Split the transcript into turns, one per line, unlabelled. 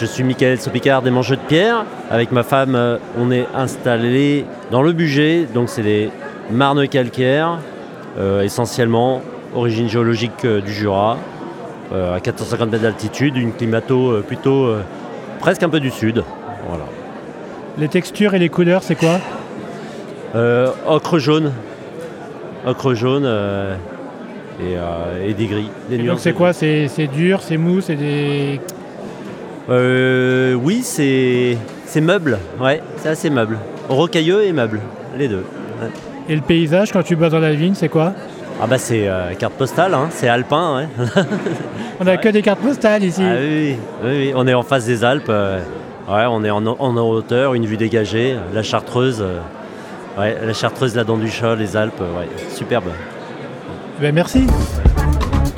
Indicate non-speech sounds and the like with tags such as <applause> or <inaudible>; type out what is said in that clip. Je suis Michael Sopicard des Mangeux de Pierre. Avec ma femme, euh, on est installé dans le Bugey, donc c'est des marnes calcaires, euh, essentiellement origine géologique euh, du Jura, euh, à 450 mètres d'altitude, une climato euh, plutôt euh, presque un peu du sud. Voilà.
Les textures et les couleurs, c'est quoi
Euh, ocre jaune, ocre jaune euh, et, euh, et des gris, des
Et Donc
nuances
c'est
de
quoi C'est c'est dur, c'est mou, c'est des...
Euh, oui, c'est c'est meuble. Ouais, c'est assez meuble. Rocailleux et meuble, les deux. Ouais.
Et le paysage, quand tu bosses dans la vigne, c'est quoi
Ah bah c'est euh, carte postale, hein, c'est alpin. ouais.
On n'a que des cartes postales
<laughs>
ici.
ah oui, oui, oui, oui, on est en face des Alpes. euh, ouais, on est en, en hauteur, une vue dégagée, la Chartreuse. euh, ouais, la Chartreuse, la Dent du Chat, les Alpes, euh, ouais, superbe.
Ben merci.